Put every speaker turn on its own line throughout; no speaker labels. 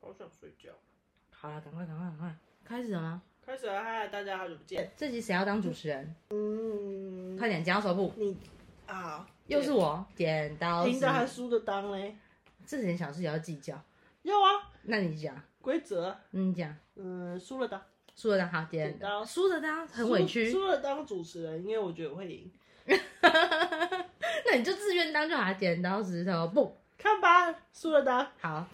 好想睡觉。
好了，赶快赶快赶快，开始了吗？
开始了，嗨，大家好久不见。
这集谁要当主持人？
嗯，
快点，剪刀手布，
你啊，
又是我，剪刀
赢
石
的。还输的当嘞？
这点小事也要计较？
要啊，
那你讲，
规则，
你讲，
嗯，输了当，
输了当好，剪
剪刀
输了当很委
输
屈，
输了当主持人，因为我觉得我会赢。
那你就自愿当就好。剪刀石头布，
看吧，输了当，
好，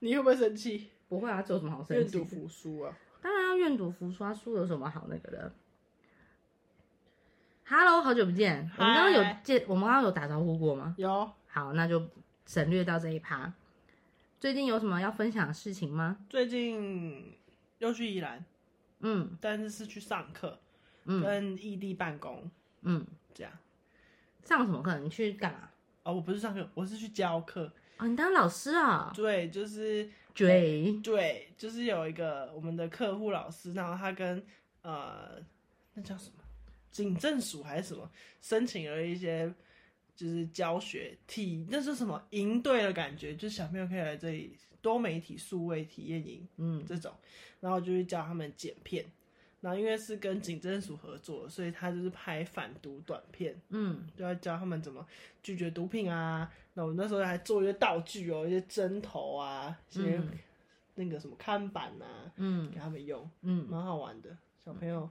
你会不会生气？
不会啊，这有什么好生
愿
气
赌
的？
服输啊！
当然要愿赌服输啊，输有什么好那个的？Hello，好久不见。我们刚刚有
嗨
见，我们刚刚有打招呼过吗？
有，
好，那就省略到这一趴。最近有什么要分享的事情吗？
最近又去宜兰，
嗯
但是是去上课，
嗯
跟异地办公
嗯，
这样。
上什么课？你去干嘛？
哦，我不是上课，我是去教课。
哦，你当老师啊、
对，就是
对，
对，就是有一个我们的客户老师，然后他跟呃，那叫什么警政署还是什么，申请了一些就是教学体，那是什么营队的感觉，就是小朋友可以来这里多媒体数位体验营
嗯
这种，然后就去教他们剪片。然后因为是跟警政署合作，所以他就是拍反毒短片，
嗯，
就要教他们怎么拒绝毒品啊。那我们那时候还做一些道具哦，一些针头啊，一些
嗯
那个什么看板呐、啊，
嗯
给他们用，
嗯
蛮好玩的。小朋友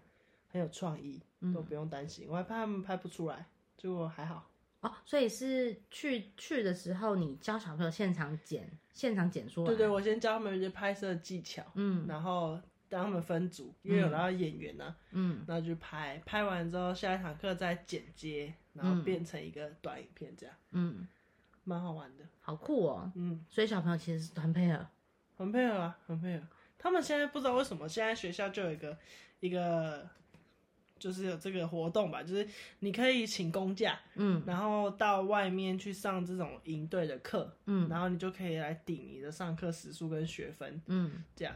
很有创意，都不用担心。我还怕他们拍不出来，结果还好。
哦，所以是去去的时候，你教小朋友现场剪，现场剪出来。
对对，，我先教他们一些拍摄技巧，
嗯
然后让他们分组，因为有那演员呢、
嗯
然后就拍，拍完之后下一堂课再剪接，然后变成一个短影片，这样
嗯，
蛮好玩的。
好酷哦。
嗯，
所以小朋友其实是很配合。
很配合啊，很配合。他们现在不知道为什么，现在学校就有一个一个。就是有这个活动吧，就是你可以请公假，
嗯
然后到外面去上这种营队的课，
嗯
然后你就可以来顶你的上课时数跟学分，
嗯，
这样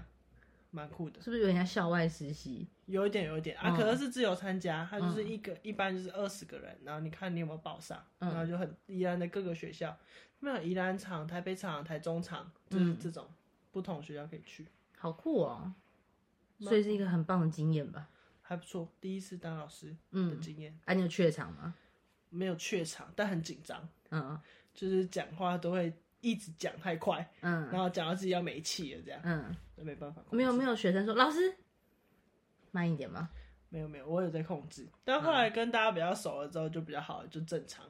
蛮酷的。
是不是有点像校外实习？
有一点，有一点啊，
嗯
可能是自由参加，它就是一个、一般就是二十个人，然后你看你有没有报上，
嗯
然后就很宜兰的各个学校，没有宜兰场、台北场、台中场，就是
嗯
这种不同学校可以去，
好酷哦。所以是一个很棒的经验吧。
还不错。第一次当老师的
嗯，
经验，
啊，你有怯场吗？
没有怯场，但很紧张，
嗯
就是讲话都会一直讲太快，
嗯
然后讲到自己要没气了这样，
嗯，
那没办法控制。
没有没有学生说老师慢一点吗？
没有没有，我有在控制，但后
嗯
来跟大家比较熟了之后就比较好了，就正常。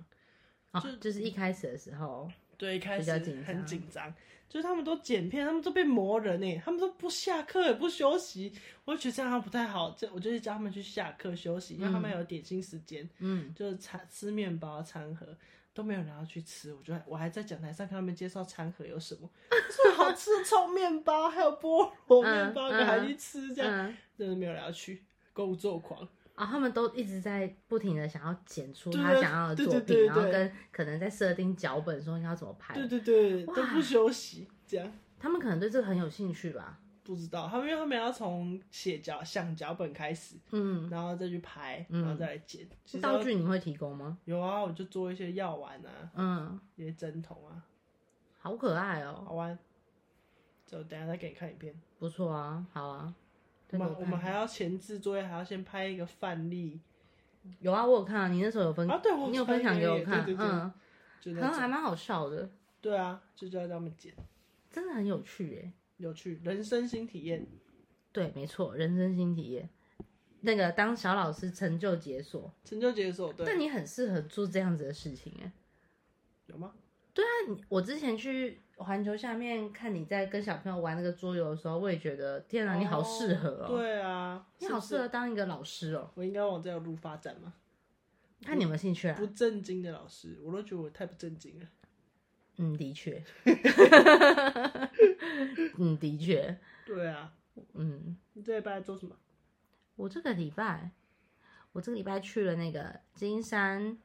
哦，就是一开始的时候，
对，一开
比
始
较紧张
很紧张，就是他们都剪片，他们都被磨人呢，他们都不下课也不休息，我就觉得这样不太好。这我就是叫他们去下课休息，因为他们有点心时间，
嗯，
就是餐吃面包、餐盒都没有人要去吃。我就在我还在讲台上看他们介绍餐盒有什么，说好吃的葱面包，还有菠萝面包，
嗯
给还去吃，这样
嗯，
真的没有人要去，工作狂。
啊、他们都一直在不停的想要剪出
对
他想要的
对
作
对
品，
对对
然后
对
跟可能在设定脚本说要怎么拍，
对对对，
哇
都不休息，这样
他们可能对这个很有兴趣吧。
不知道他们，因为他们要从写脚想脚本开始，
嗯，
然后再去拍，
嗯
然后再来剪。其实
道具你会提供吗？
有啊，我就做一些药丸啊，
嗯，
一些针筒啊，
好可爱哦、
好玩。就等一下再给你看影片。
不错啊，好啊。
我
真的
们我们还要前置作业，还要先拍一个范例，
有啊，我有看啊，你那时候有分，
啊对我
你有分享给我看，
对对对
嗯，
就
好
那
像
种
还蛮好笑的，
对啊，就叫他们剪，
真的很有趣耶、
有趣，人生新体验。
对，没错，人生新体验。那个当小老师成就解锁，
成就解锁，对，
但你很适合做这样子的事情哎。
有吗？
但我之前去环球下面看你在跟小朋友玩那个桌游的时候，我也觉得天啊，你好适合哦，
对啊，
你好
是不
适
是
合当一个老师哦。
我应该往这条路发展吗？
看你有没有兴趣啊？
不正经的老师，我都觉得我太不正经了。
嗯，的确， 嗯，的确，
对啊，
嗯，
你这礼拜做什么？
我这个礼拜，我这个礼拜去了那个金山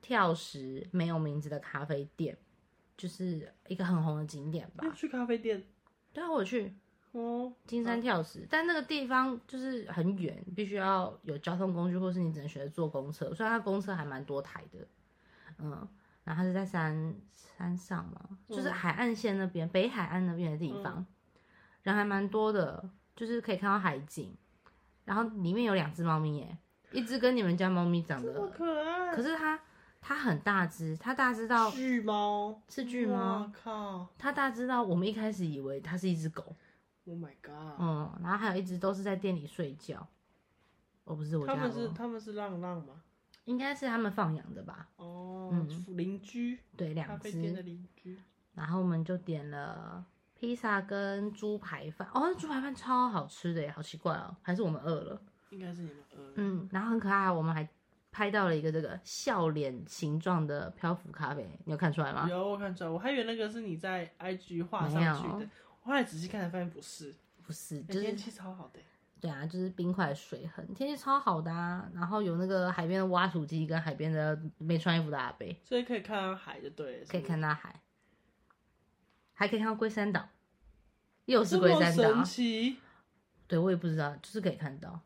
跳石没有名字的咖啡店，就是一个很红的景点吧
要。去咖啡店
对啊，我有去，
哦。
金山跳石，但那个地方就是很远，必须要有交通工具，或是你只能选择坐公车。虽然它公车还蛮多台的，嗯，然后它是在山山上嘛，就是
嗯
海岸线那边、北海岸那边的地方，人还蛮多的，就是可以看到海景。然后里面有两只猫咪耶，一只跟你们家猫咪长
这么
得，
可爱，
可是它它很大只，它大只到
巨猫，
是巨猫
哇，靠
它大只到我们一开始以为它是一只狗，
，Oh my god！
嗯，然后还有一只都是在店里睡觉。哦，不是我
他
家的
们是
猫，
他们是浪浪吗？
应该是他们放养的吧？
哦
嗯，
邻居，
对，
咖
两
啡店
只
的。邻居，
然后我们就点了披萨跟猪排饭，哦，那猪排饭超好吃的耶，好奇怪哦，还是我们饿了？
应该是你们呃，
嗯，然后很可爱啊，我们还拍到了一个这个笑脸形状的漂浮咖啡，你有看出来吗？
有我看出来，我还以为那个是你在 IG 画
没
上去
有
的，我后来仔细看才发现不是，
不是，
哎
就
天
是
气超好的欸，
对啊，就是冰块水痕，天气超好的啊。然后有那个海边的挖土机跟海边的没穿衣服的阿伯，
所以可以看到海就对了，
可以看
到，
到海，还可以看到龟山岛，又是
这
龟
么
山岛
神，奇，
对我也不知道，就是可以看到。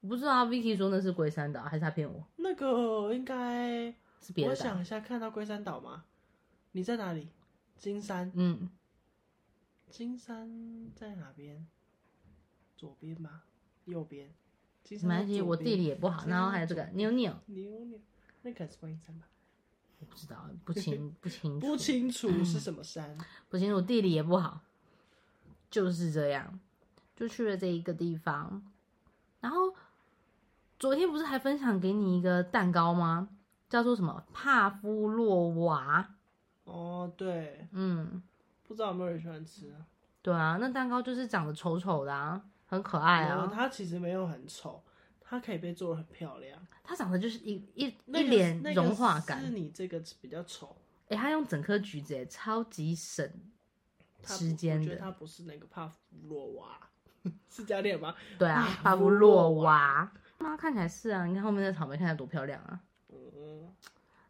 我不知道 Vicky 说那是龟山岛，还是他骗我？
那个应该，
是别
我
的岛？
想一下，看到龟山岛吗？你在哪里？金山，
嗯，
金山在哪边？左边吧，右边。金
没
山在
关系，
左
我地
边
理也不好。
金
然后
山
还有
在
这个
左
妞妞，
牛牛，那可能是观音山吧？
我不知道，不 清不清楚，
不清楚是什么山。
不清楚，地理也不好，就是这样，就去了这一个地方。然后昨天不是还分享给你一个蛋糕吗？叫做什么帕夫洛娃？
哦，对，
嗯，
不知道有没有人喜欢吃啊？
对啊，那蛋糕就是长得丑丑的啊，很可爱
然后
啊。
哦它其实没有很丑，它可以被做的很漂亮，
它长得就是一一、
那
一
个
脸
那个
融化感。
是你这个比较丑，
哎、他用整颗橘子，哎，超级省
它不
时间
我觉得
的。
它不是那个帕夫洛娃，是这样念吗？
对啊，
啊
巴布
布
洛
洛
娃，妈看起来是啊，你看后面的草莓看起来多漂亮啊！
嗯，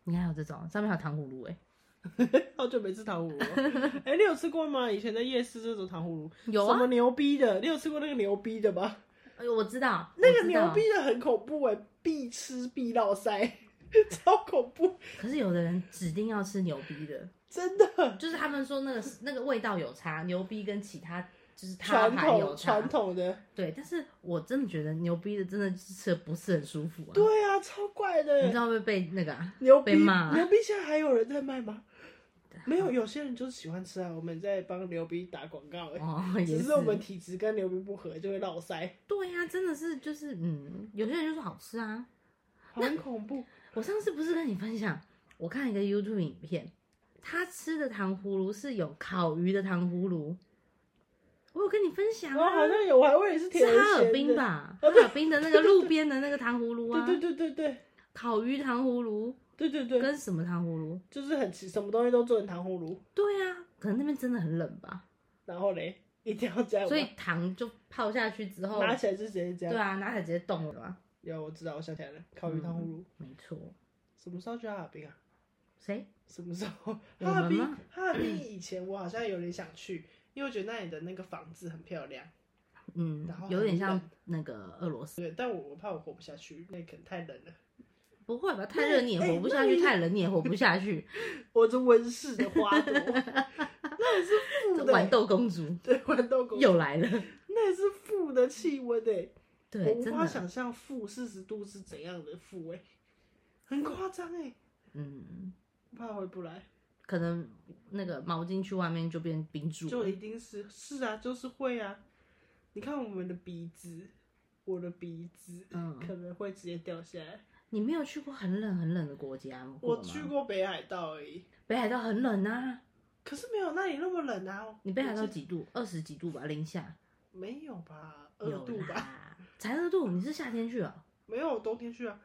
你看还有这种，上面还有糖葫芦，哎，
好久没吃糖葫芦了。 哎、你有吃过吗？以前在夜市这种糖葫芦，
有
什
啊
么，牛逼的？你有吃过那个牛逼的吗？
哎呦我知道，
那
我
个
知
牛
道
逼。的很恐怖哎、必吃必落腮， 超恐怖，
可是有的人指定要吃牛逼的，
真的。
就是他们说那个那个味道有差，牛逼跟其他就是他
传
牌有
统
差
传。统的，
对，但是我真的觉得牛逼的真的是吃的不是很舒服啊。
对啊，超怪的
你
欸
知。道会被那个、啊、
牛逼
被骂啊
牛逼现在还有人在卖吗？没有，有些人就是喜欢吃啊。我们在帮牛逼打广告、欸，
哦，也
只是我们体质跟牛逼不合，就会落腮，
对呀、真的是就是嗯，有些人就说好吃啊。
很恐怖。
我上次不是跟你分享，我看一个 YouTube 影片，他吃的糖葫芦是有烤鱼的糖葫芦，我有跟你分享
然后
啊，
好像有，我还问你是
是
铁人
哈尔
咸
滨
的？
吧？哈尔滨的那个路边的那个糖葫芦 啊，
对对对对对
烤鱼糖葫芦
对对对，
跟什么糖葫芦？
就是很奇什么东西都做成糖葫芦，
对啊，可能那边真的很冷吧，
然后嘞一定要这样吗，
所以糖就泡下去之后，
拿起来就直接这样
对。啊，拿起来直接冻了嘛。
有，我知道，我想起来了，烤鱼糖葫芦。
没错，
什么时候去哈尔滨啊？
谁？
什么时候？
我
哈尔
们
滨
吗，
哈尔滨以前我好像有点想去，因为我觉得那里的那个房子很漂亮，
嗯
然后，很
有点像
冷
那个俄罗斯。
对，但我我怕我活不下去，那可能太冷了。
不会吧？太热你也
哎
活不下去，
那
太冷你也活不 下去。
我是温室的花 朵，那也是负的、
豌豆公主
对，豌豆公主，
又来了，
那也是负的气温诶、 我
对，
无
真
法
的，
想象负四十度是怎样的负诶、欸很夸张诶，
嗯，
我怕回不来，
可能那个毛巾去外面就变冰柱
就
了
一，定是是啊，就是会啊。你看我们的鼻子，我的鼻子，
嗯
可能会直接掉下来。
你没有去过很冷很冷的国家吗？
我去，过北海道而已，
北海道很冷啊，
可是没有那里那么冷啊。
你北海道
我记
几度？二十几度吧，零下
没有吧？二
有
度吧？
啦，才二度，你是夏天去啊？
没有，我冬天去啊。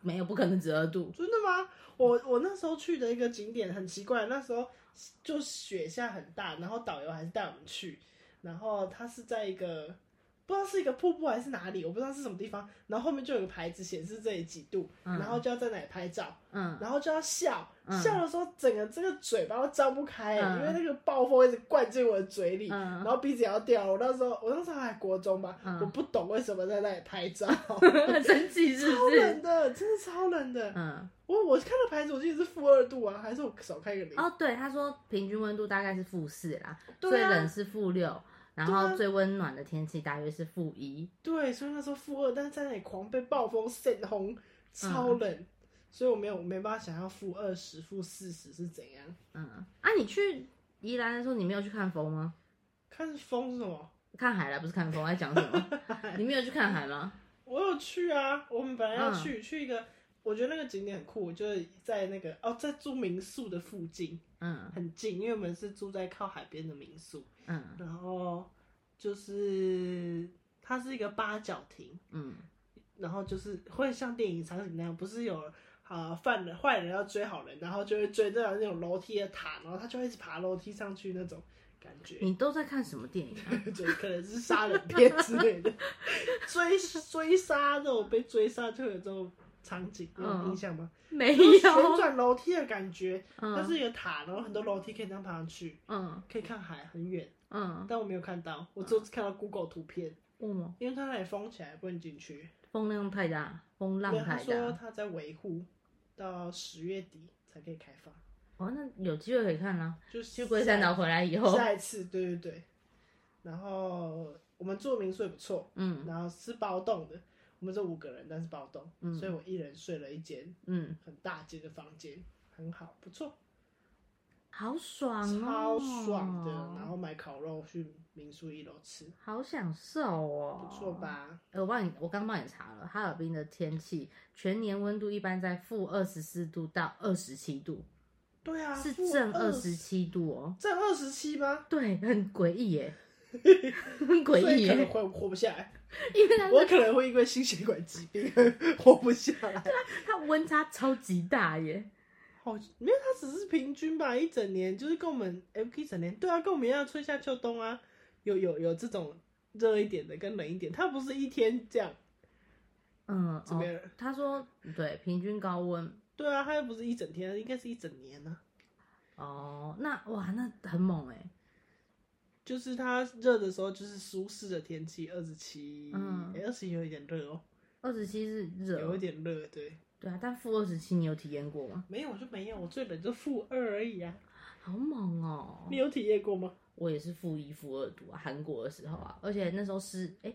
没有，不可能只二度，
真的吗？我我那时候去的一个景点很奇怪，那时候就雪下很大，然后导游还是带我们去，然后它是在一个不知道是一个瀑布还是哪里，我不知道是什么地方，然后后面就有个牌子显示这里几度，
嗯
然后就要在哪里拍照，
嗯，
然后就要笑，
嗯
笑的时候整个这个嘴巴都张不开、
嗯
因为那个暴风一直灌进我的嘴里，
嗯
然后鼻子也要掉了。我那时候我那时候还国中吧，
嗯
我不懂为什么在那里拍 照，
很神奇是
超
不是？
冷的，真的超冷的。
嗯，
我我看到牌子，我记得是负二度啊，还是我少开一个零？
哦，对，他说平均温度大概是负四啦，
对
最
啊
冷是负六，然
对
后
啊
最温暖的天气大约是负一。
对，所以那时候负二，但是在那里狂被暴风扇轰，超冷，
嗯
所以我没有我没办法想象负二十、负四十是怎样。
嗯，啊，你去宜兰的时候，你没有去看风吗？
看风是什么？
看海啦，不是看风，在讲什么？你没有去看海吗？
我有去啊，我们本来要
嗯
去、去一个，我觉得那个景点很酷，就是在那个哦，在住民宿的附近，
嗯
很近，因为我们是住在靠海边的民宿，
嗯
然后就是它是一个八角亭，
嗯
然后就是会像电影场景那样，不是有啊、呃犯人坏人要追好人，然后就会追到那种楼梯的塔，然后他就会一直爬楼梯上去那种感觉。
你都在看什么电影 啊？
就可能是杀人片之类的，追追杀这种被追杀就有这种场景，你有
嗯
印象吗？
没
就是旋
有，
转楼梯的感觉，它
嗯
是一个塔，然后很多楼梯可以这样爬上去，
嗯
可以看海很远，
嗯，
但我没有看到，我只有看到 Google 图片，
为什么
因为它那里封起来不能进去，
风量太大，风浪
对，他
太
说
大。
他在维护，到十月底才可以开放，
哦，那有机会可以看啦、
就是
去龟山岛回来以后，
下一次，对对对，然后我们住的民宿也不错。
嗯
然后是包栋的，我们是五个人，但是包栋，
嗯
所以我一人睡了一间
嗯，
很大间的房间，很好，不错，
好爽
超
哦，
爽的。然后买烤肉去民宿一楼吃，
好享受哦，
不错？吧？
呃我帮你，我刚帮你查了，哈尔滨的天气全年温度一般在负二十四度到二十七度，
对啊，
是
负
正二
20
十，七度哦。
正二十七吗？
对，很诡 异耶，很
所
诡异
以可能
耶，
会活不下来，
因为 它
我可能会因为心血管疾病 活不下来。
它温差超级大耶。
好，没有，它只是平均吧，一整年就是跟我们，哎、一整年，对啊，跟我们一样春夏秋冬啊，有有有这种热一点的跟冷一点，它不是一天这样。
嗯，
怎么
哦，
样？
他说对，平均高温
对啊，它又不是一整天，应该是一整年啊呢、
哦，那哇，那很猛哎。
就是它热的时候，就是舒适的天气，二十七，哎
嗯
二十有一点热哦，
二十七是
有
热哦
一，点热，对。
对啊，但负二十七你有体验过吗？
没有，我就没有，我最冷就负二而已啊。
好猛哦！
你有体验过吗？
我也是负一、负二度啊，韩国的时候啊，而且那时候湿，哎、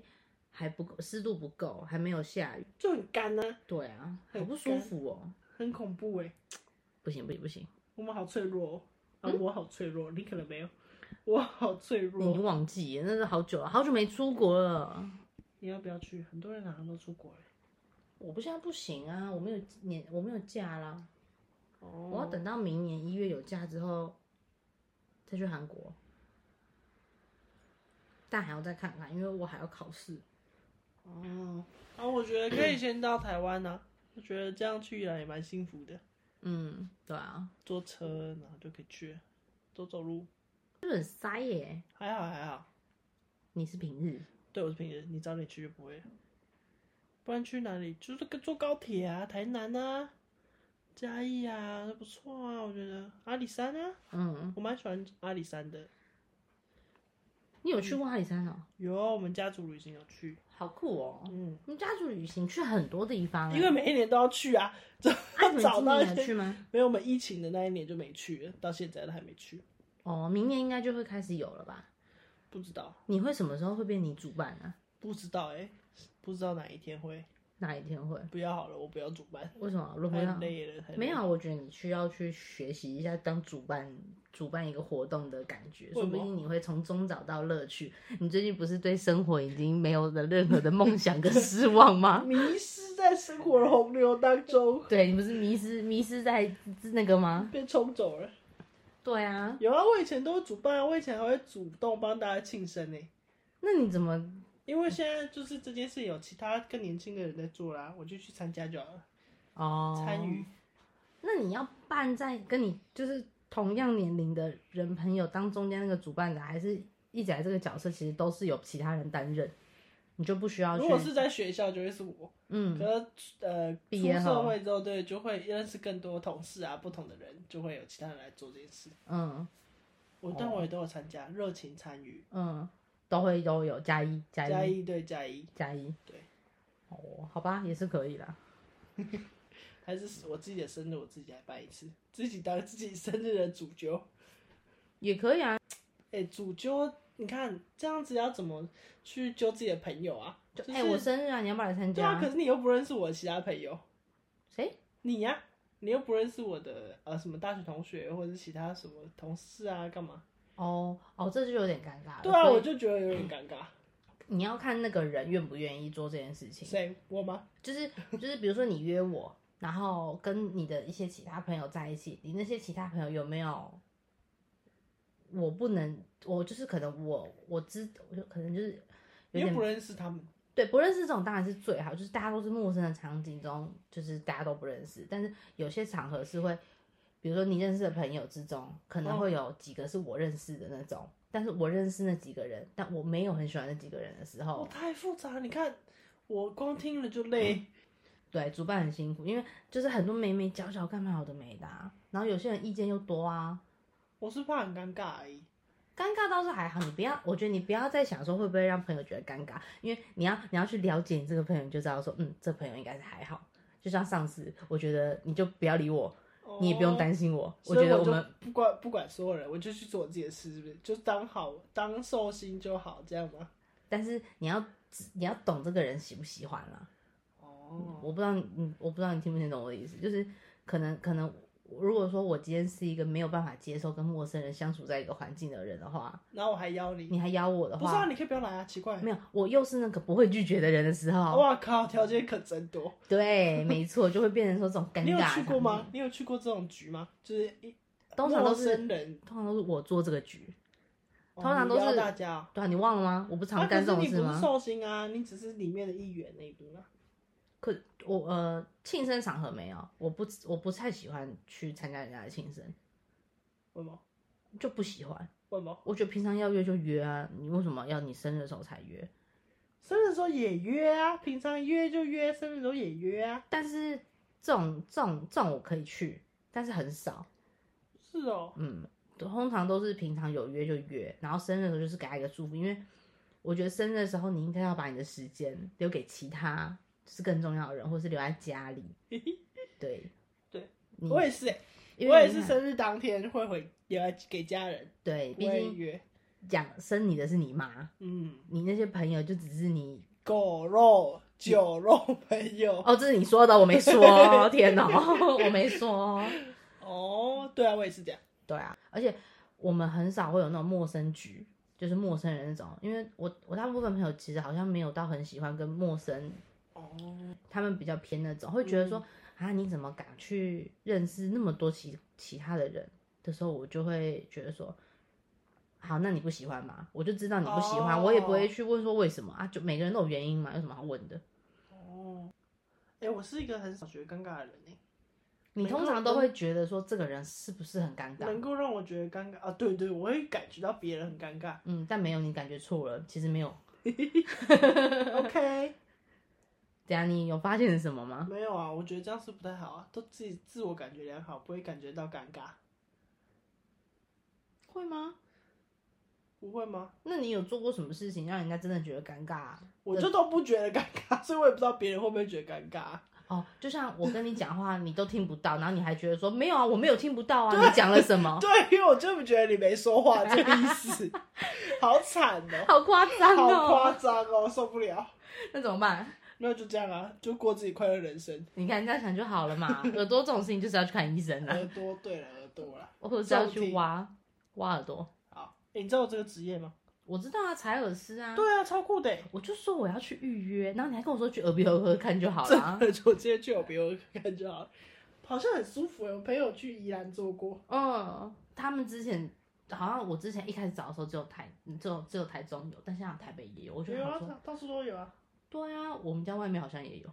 还不够，湿度不够，还没有下雨。
就很干啊，
对啊，
很
好不舒服哦！
很恐怖哎、
不行不行不行，
我们好脆弱哦，啊，我好脆弱，你可能没有，我好脆
你
弱。
忘记了那是好久了，好久没出国了。
你要不要去？很多人好像都出国欸了。
我不现在不行啊，我没有年，我没有假啦，
哦
我要等到明年一月有假之后再去韩国，但还要再看看，因为我还要考试。
哦，啊，我觉得可以先到台湾啊，我觉得这样去宜兰也蛮幸福的。
嗯，对啊，
坐车，然后就可以去了，走走路，
就很塞耶。
还好还好。
你是平日，
对我是平日，你早点去就不会了。不然去哪里？就是跟坐高铁啊，台南啊，嘉义啊，都不错啊，我觉得阿里山啊，
嗯，
我蛮喜欢阿里山的。
你有去过阿里山哦、
有，我们家族旅行有去，
好酷哦！
嗯，
你家族旅行去很多地方欸，
因为每一年都要去啊，找
啊、你们
找
今
到
年
一
有
些
去吗？
没有，我们疫情的那一年就没去了，到现在都还没去，
哦，明年应该就会开始有了吧？
不知道，
你会什么时候会变你主办啊？
不知道哎、不知道哪一天会，
哪一天会？
不要好了，我不要主办，
为什么轮不
太
到？
累了，太累了
没有，啊我觉得你需要去学习一下当主办主办一个活动的感觉，
为
说
什么
不定你会从中找到乐趣。你最近不是对生活已经没有了任何的梦 想跟失望吗？
迷失在生活的洪流当中，
对你不是迷失迷失在那个吗？
被冲走了。
对啊，
有啊，我以前都会主办啊，我以前还会主动帮大家庆生呢、
那你怎么
因为现在就是这件事有其他更年轻的人在做啦，我就去参加就好了，
哦
参与。
那你要办在跟你就是同样年龄的人朋友当中间那个主办者，还是一直来这个角色，其实都是有其他人担任。你就不需要去
如。果是在学校，就会是我。
嗯，
可是呃，
毕业
出
后
社会之后，对，就会认识更多同事啊，不同的人，就会有其他人来做这件事。
嗯
我
哦
但我也都有参加，热情参与，
嗯，都会都有加一加
加
一
一对加一，
加一。
对，
哦，好吧，也是可以啦。
还是我自己的生日，我自己来办一次，自己当自己生日的主角。
也可以啊，
哎、主揪，你看这样子要怎么去揪自己的朋友啊？
就
就是
哎、我生日啊，你要不要来参
对
加？
啊，可是你又不认识我其他朋友，
谁？
你呀、你又不认识我的呃什么大学同学或者是其他什么同事啊，干嘛？
哦哦，这就有点尴尬了。
对啊，
所以
我就觉得有点尴尬。
你要看那个人愿不愿意做这件事情。
谁我吗？
就是就是，比如说你约我，然后跟你的一些其他朋友在一起，你那些其他朋友有没有？我不能，我就是可能我我知，我就可能就是
你
有
又
点
不认识他们，
对不认识这种当然是最好，就是大家都是陌生的场景中，就是大家都不认识。但是有些场合是会，比如说你认识的朋友之中，可能会有几个是我认识的那种，但是我认识那几个人，但我没有很喜欢那几个人的时候
哦，，太复杂了。你看我光听了就累。
对，主办很辛苦，因为就是很多眉眉角角干嘛有的没的、啊，然后有些人意见又多啊，
我是怕很尴尬而已。
尴尬倒是还好，你不要，我觉得你不要再想说会不会让朋友觉得尴尬，因为你要你要去了解你这个朋友，你就知道说，嗯，这朋友应该是还好。就像上次，我觉得你就不要理我，你也不用担心我，我
哦所
觉
以
得
我
我
就
们
不管不管所有人，我就去做我自己的事，是不是？就当好当寿星就好，这样吗？
但是你要你要懂这个人喜不喜欢啦、
哦，
我不知道你，你我不知道你听不听懂我的意思，就是可能可能，如果说我今天是一个没有办法接受跟陌生人相处在一个环境的人的话，
然后我还邀你，
你还邀我的
不是啊，
话，
你可以不要来啊，奇怪。
没有，我又是那个不会拒绝的人的时候，
哇靠，条件可真多。
对，没错，就会变成说这种尴尬。
你有去过吗？？你有去过这种局吗？就是一
通常都
陌
是
生人，
通常都是我做这个局，
哦
通常都是
你邀大家哦。
对啊，你忘了吗？我不
啊
常干这
可
种
是你
事
不是
吗？
寿星啊，你只是里面的一员而已，不是吗？
可我呃，庆生场合没有，我不我不太喜欢去参加人家的庆生，
为什么？
就不喜欢。
为什么？
我觉得平常要约就约啊，你为什么要你生日的时候才约？
生日的时候也约啊，平常约就约，生日的时候也约啊。
但是这种这种这种我可以去，但是很少。
是哦，
嗯，通常都是平常有约就约，然后生日的时候就是给他一个祝福，因为我觉得生日的时候你应该要把你的时间留给其他就是更重要的人，或是留在家 里。对，
对
你，
我也是欸，
因为
我也
你
是
看
生日当天会回也来给家人，
对，
我
毕
也
竟
约。
讲生你的是你妈，
嗯，
你那些朋友就只是你
狗肉、酒肉朋友。
哦，这是你说的，我没说， 天哪，我没说。
哦，对啊，我也是这样。
对啊，而且我们很少会有那种陌生局，就是陌生人那种，因为我我大部分朋友其实好像没有到很喜欢跟陌生，
哦，
他们比较偏那种，会觉得说、啊你怎么敢去认识那么多其其他的人的时候，我就会觉得说。好，那你不喜欢嘛？我就知道你不喜欢我也不会去问说为什么啊，就每个人都有原因嘛，有什么好问的？
哦，哎，我是一个很少觉得尴尬的人欸
你通常都会觉得说这个人是不是很尴
能
尬？。
够让我觉得尴尬啊，对对，我会感觉到别人很尴尬
嗯，但没有，你感觉错了，其实没有。
OK，
等一下你有发现什么吗？
没有啊，我觉得这样是不太好啊，都自己自我感觉良好，不会感觉到尴尬，
会吗？
不会吗？
那你有做过什么事情让人家真的觉得尴尬啊、
我就都不觉得尴尬， 所以我也不知道别人会不会觉得尴尬啊。
哦，就像我跟你讲话，你都听不到，然后你还觉得说没有啊，我没有听不到 啊，你讲了什么？
对，因为我就不觉得你没说话这个意思，好惨哦、
好夸张
好夸
哦！
张哦，受不了。
那怎么办？
没有就这样啊，就过自己快乐人生。
你看这样想就好了 嘛。耳朵这种事情就是要去看医生啊，
耳朵，对了，耳朵啦。
或者是要去挖挖耳朵。
好，欸你知道我这个职业吗？
我知道啊，采耳师啊，
对啊，超酷的欸。
我就说我要去预约，然后你还跟我说去耳鼻喉科看就好了、啊
真。的，就直接去有别人看就好了，好像很舒服欸。我朋友去宜兰做过，
嗯，他们之前好像我之前一开始找的时候只有台，只有只有台中有，但现在台北也有。我就
有
想
啊
说，，
到处都有啊，
对啊，我们家外面好像也有。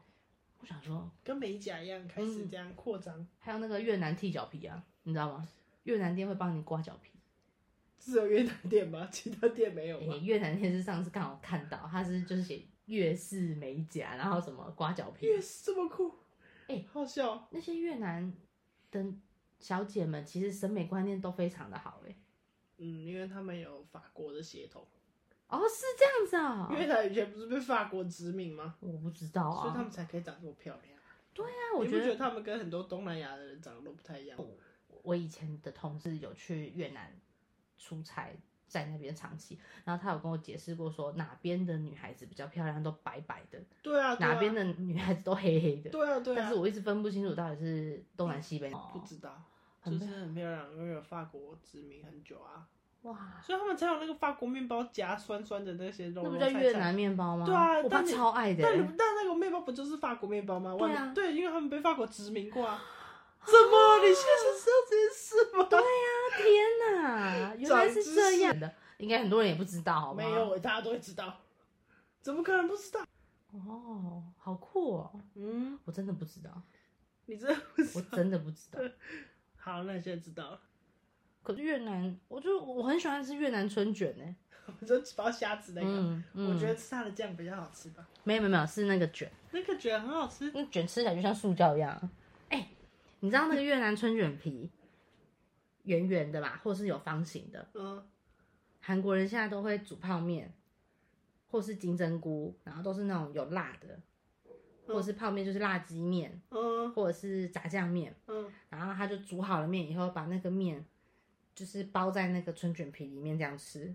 我想说，
跟美甲一样，开
嗯
始这样扩张。
还有那个越南剃脚皮啊，你知道吗？越南店会帮你刮脚皮，
只有越南店吗？其他店没有吗
诶？越南电视上次刚好看到，它是就是写越式美甲，然后什么刮脚皮，
越是这么酷，
哎
好笑。
那些越南的小姐们其实审美观念都非常的好哎、
嗯，因为他们有法国的血统，
哦，是这样子啊、
越南以前不是被法国殖民吗？
我不知道啊。
所以他们才可以长这么漂亮。
那我
你
觉
不
得哦
得他们跟很多东南亚的人长得都不太一样？
我以前的同事有去越南出差，在那边长期，然后他有跟我解释过说哪边的女孩子比较漂亮，都白白的，
对啊，对啊
哪边？的女孩子都黑黑的。
对啊，嗯对
但
啊
是，我一直分不清楚到底是东南西北。
不
哦
知道，
很
就是很漂亮，因为有法国殖民很久啊，
哇，
所以他们才有那个法国面包夹酸酸的那些肉，
那不
肉
叫
菜
越
菜
南面包吗？
对啊
我爸
但你
超爱的
但
欸、
你但那个面包不就是法国面包吗？
对啊啊
完了对，因为他们被法国殖民过啊。怎么？你现在是要这件事吗？
天哪，原来是这样的，应该很多人也不知道，好吗？
没有，大家都会知道，怎么可能不知道？
哦，好酷哦！
嗯，
我真的不知道，
你真的不
我
知道？
真的 不知道。
好，那你现在知道了，
可是越南，我就我很喜欢吃越南春卷呢、欸
我就包虾子那个，
嗯嗯，
我觉得吃它的酱比较好吃吧，
没有没有没有，是那个卷，
那个觉得很好吃。
那卷吃起来就像塑胶一样。哎、你知道那个越南春卷皮圆圆的嘛，或是有方形的？
嗯，
韩国人现在都会煮泡面，或是金针菇，然后都是那种有辣的，或是泡面就是辣鸡面，
嗯
或者是炸酱面。
嗯，
然后他就煮好了面以后，把那个面就是包在那个春卷皮里面这样吃。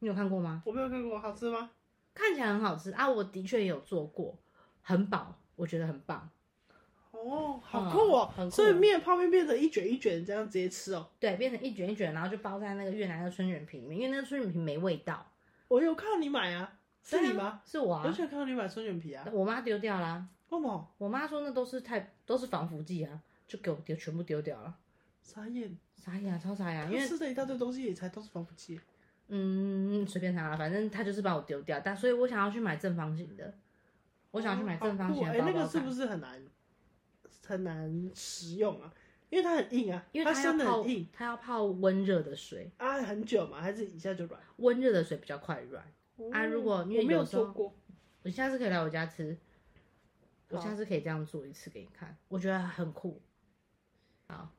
你有看过吗？
我没有看过，好吃吗？
看起来很好吃啊！我的确也有做过，很饱，我觉得很棒。
哦，好酷哦！
嗯很酷
所以面泡面变成一卷一卷这样直接吃哦。
对，变成一卷一卷，然后就包在那个越南的春卷皮里面，因为那个春卷皮没味道。
我有看到你买啊，是你
对
吗？
啊？是我
我
啊！
喜欢看到你买春卷皮啊，
我妈丢掉啦、
为什么？
我妈说那都是太都是防腐剂啊，就给我丢全部丢掉了。
傻眼，
傻眼啊，超傻眼啊，
他
因为
吃的一大堆东西也才都是防腐剂。
嗯随便她了，反正她就是把我丢掉。但所以我想要去买正方形的，我想要去买正方形
哎、
的包包
那
看。
个是不是很难很难食用啊？因为它很硬啊，
因为
它
它要
生的
泡
很硬，
它要泡温热的水，
啊，很久嘛，还是一下就软。
温热的水比较快软。啊如果
哦
因为
我没有
有时候
做过，
你下次可以来我家吃，我
好
下次可以这样做一次给你看，我觉得很酷。好，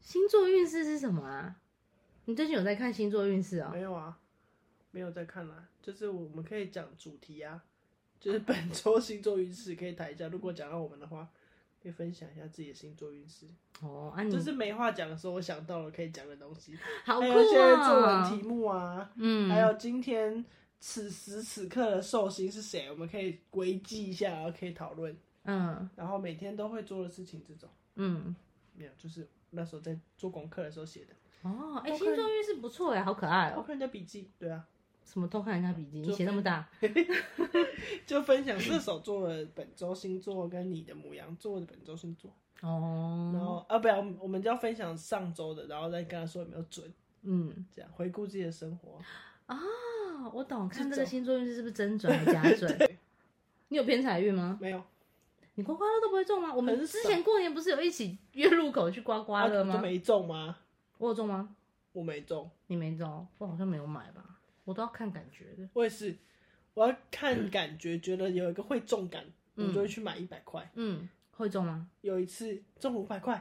星座运势是什么啊？你最近有在看星座运势哦？
没有啊，没有在看啦、就是我们可以讲主题啊，就是 本周星座运势可以谈一下。如果讲到我们的话，可以分享一下自己的星座运势，
哦，啊你，
就是没话讲的时候，我想到了可以讲的东西，
好酷
还
啊、
有一些作文题目啊，
嗯，
还有今天此时此刻的寿星是谁，我们可以归记一下，然后可以讨论，
嗯
然后每天都会做的事情，这种
嗯，
没有，就是那时候在做功课的时候写的，
哦，哎、
都可以
星座运势不错哎，好可爱
我
哦。
看人家笔记，对啊，
什么偷看人家笔记？
就
你写那么大？
就分享射手座的本周星座跟你的母羊座的本周星座，然
哦，
后啊，不要，我们我们就要分享上周的，然后再跟他说有没有准，
嗯
这样回顾自己的生 活，
啊、我懂，看
这
这个
种
星座运势是不是真准还是假准？
对，
你有偏财运吗？
没有，
你刮刮乐都不会中吗？我们
很
之
少
前过年不是有一起约路口去刮刮乐
啊
吗
就？没中吗？
我有中吗？
我没中，
你没中，我好像没有买吧？我都要看感觉的。
我也是，我要看感觉，觉得有一个会中感，我就会去买一百块。
嗯，会中吗？
有一次中五百块，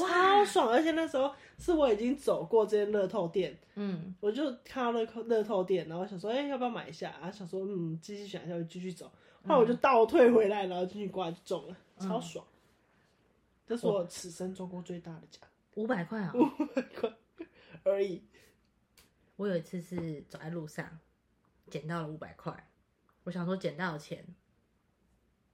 哇
超爽！而且那时候是我已经走过这些乐透店，
嗯
我就看到乐透乐透店，然后想说，哎、要不要买一下？然后想说，嗯，继续想一下，我继续走。后
嗯
来我就倒退回来，然后进去刮就中了，超爽！这是我此生中过最大的奖，
五百块啊！
五百块而已。
我有一次是走在路上，捡到了五百块，我想说捡到的钱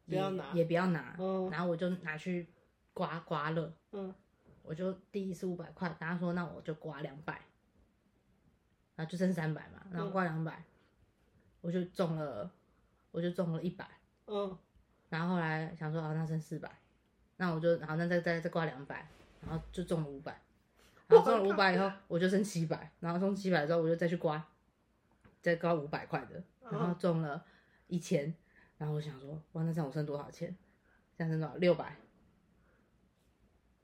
不
也
要拿
也不要拿，
嗯
然后我就拿去刮刮乐，
嗯，
我就第一次五百块，然后说那我就刮两百，然后就剩三百嘛，
嗯
然后刮两百、我就中了，我就中了一百，
嗯，
然后后来想说啊，那剩四百，那我就然后那再再再刮两百，然后就中了五百，然后中了五百以后我就剩七百，然后中七百之后我就再去刮，再刮五百块的，然后中了一千，然后我想说哇，那这样我剩多少钱？这样剩多少？六百。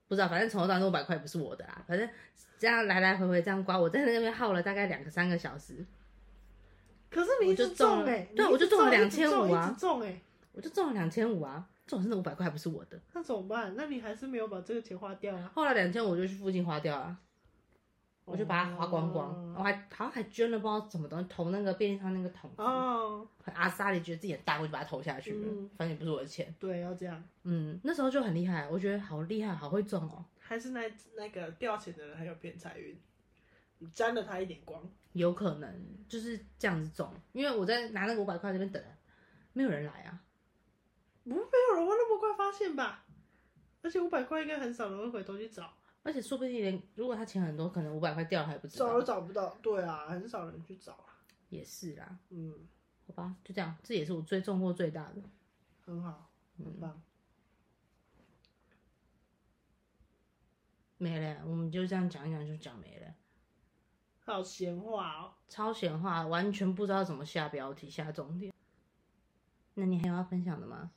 不知道，反正从头到尾那五百块也不是我的啊，反正这样来来回回这样刮，我在那边耗了大概两个三个小时，
可是你一
我就
直
中
中
了
哎、欸，
对
你
我
一直
就中了
一直
2500
中
啊
一直中哎、
我就中了两千五啊，中是那五百块还不是我的。
那怎么办？那你还是没有把这个钱花掉啊？
后来两千五就去附近花掉啊了，我就把它花光光，我
哦
还好像还捐了不知道什么东西，投那个便利商店那个桶子，
哦，
很阿萨里觉得自己很大，我就把它投下去了，
嗯
反正也不是我的钱。
对，要这样。
嗯，那时候就很厉害，我觉得好厉害，好会中哦。
还是那那个掉钱的人很有偏财运，你沾了他一点光。
有可能就是这样子中，因为我在拿那个五百块那边等，没有人来啊。
不，没有人会啊那么快发现吧？而且五百块应该很少人会回头去找，
而且说不定连如果他钱很多，可能五百块掉了还不知
找都
道。
找不到。对啊，很少人去找啊。
也是啦，
嗯，
好吧，就这样，这也是我最中过最大的。
很好，
嗯
很棒。
没了，我们就这样讲一讲就讲没了，
好闲话哦。
超闲话，完全不知道怎么下标题、下重点。那你还有要分享的吗？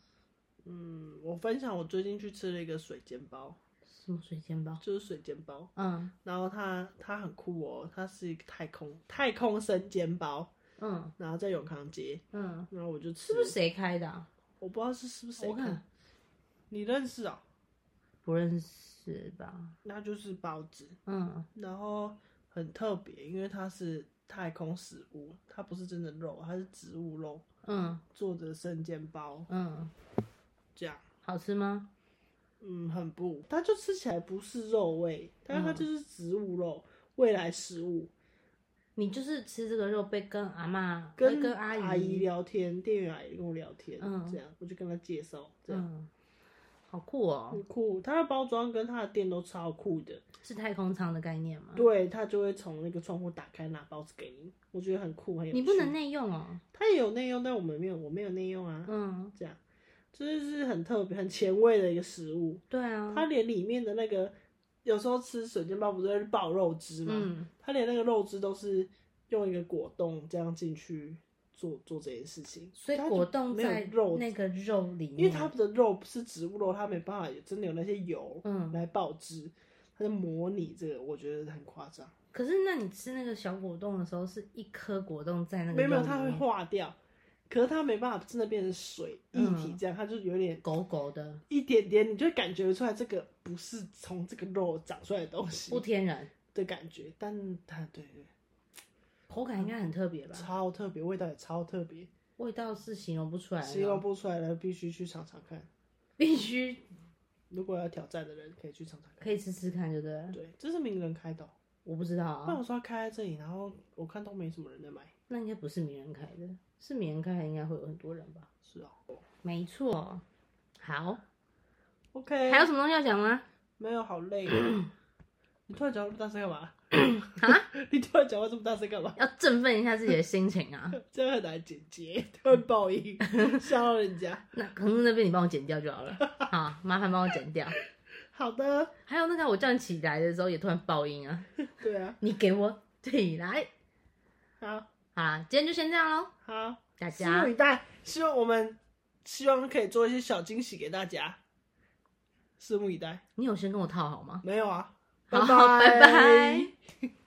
嗯，我分享我最近去吃了一个水煎包，
什么水煎包？
就是水煎包，
嗯
然后它它很酷哦，它是一个太空太空生煎包，
嗯
然后在永康街，
嗯，
然后我就是吃，
不是谁开的、啊？
我不知道是是不是谁
我
看
看，
你认识哦，
不认识吧？
那就是包子，
嗯
然后很特别，因为它是太空食物，它不是真的肉，它是植物肉
嗯
做的生煎包，
嗯，
这样，
好吃吗？
嗯，很不，它就吃起来不是肉味，但是它
嗯
就是植物肉，未来食物。
你就是吃这个肉被跟阿妈、
跟
跟
阿
阿
聊天，店员阿姨跟我聊天，
嗯
这样我就跟她介绍，这样、嗯
嗯，好酷哦，
很酷。它的包装跟它的店都超酷的，
是太空舱的概念吗？
对，它就会从那个窗户打开拿包子给你，我觉得很酷，很有趣。
你不能，内用哦。
它也有内用，但我们没有，我没有内用啊，
嗯，
这样这就是很特别、很前卫的一个食物。
对啊，
它连里面的那个，有时候吃水煎包不是会爆肉汁吗？
嗯，
它连那个肉汁都是用一个果冻这样进去做做这件事情，
所以
它就
果冻
没有
在
肉
那个肉里面，
因为它的肉是植物肉，它没办法有真的有那些油
嗯，
来爆汁，它在模拟这个，我觉得很夸张。
可是那你吃那个小果冻的时候，是一颗果冻在那个
没有没有，
肉里
它会
面
化掉，可是它没办法真的变成水液
嗯
体这样，它就有点
狗狗的，
一点点，你就会感觉出来这个不是从这个肉长出来的东西
不天然，
的感觉，但它对对
口感应该很特别吧？
超特别，味道也超特别，
味道是形容不出来的哦，
形容不出来的必须去尝尝看。
必须
如果要挑战的人可以去尝尝看。
可以吃吃看，对不对？
对，这是名人开的哦，
我不知道
不然
啊，
我说它开在这里，然后我看都没什么人在买。
那应该不是名人开的，是名人开的应该会有很多人吧？
是哦
没错，好，
，OK，
还有什么东西要讲吗？
没有好累 哦？你突然讲话这么大声干嘛？
啊
你突然讲话这么大声干嘛？
要振奋一下自己的心情啊！
这样很难剪接，突然爆音， 吓到人家。
那可能那边你帮我剪掉就好了，好，麻烦帮我剪掉。
好的，
还有那个我叫你起来的时候也突然爆音啊，
对啊，
你给我起来！
好，
好啦，今天就先这样喽，
好，
大
拭目
家
以待。希望我们希望可以做一些小惊喜给大家，拭目以待。
你有先跟我套好吗？
没有啊，
好
拜
拜拜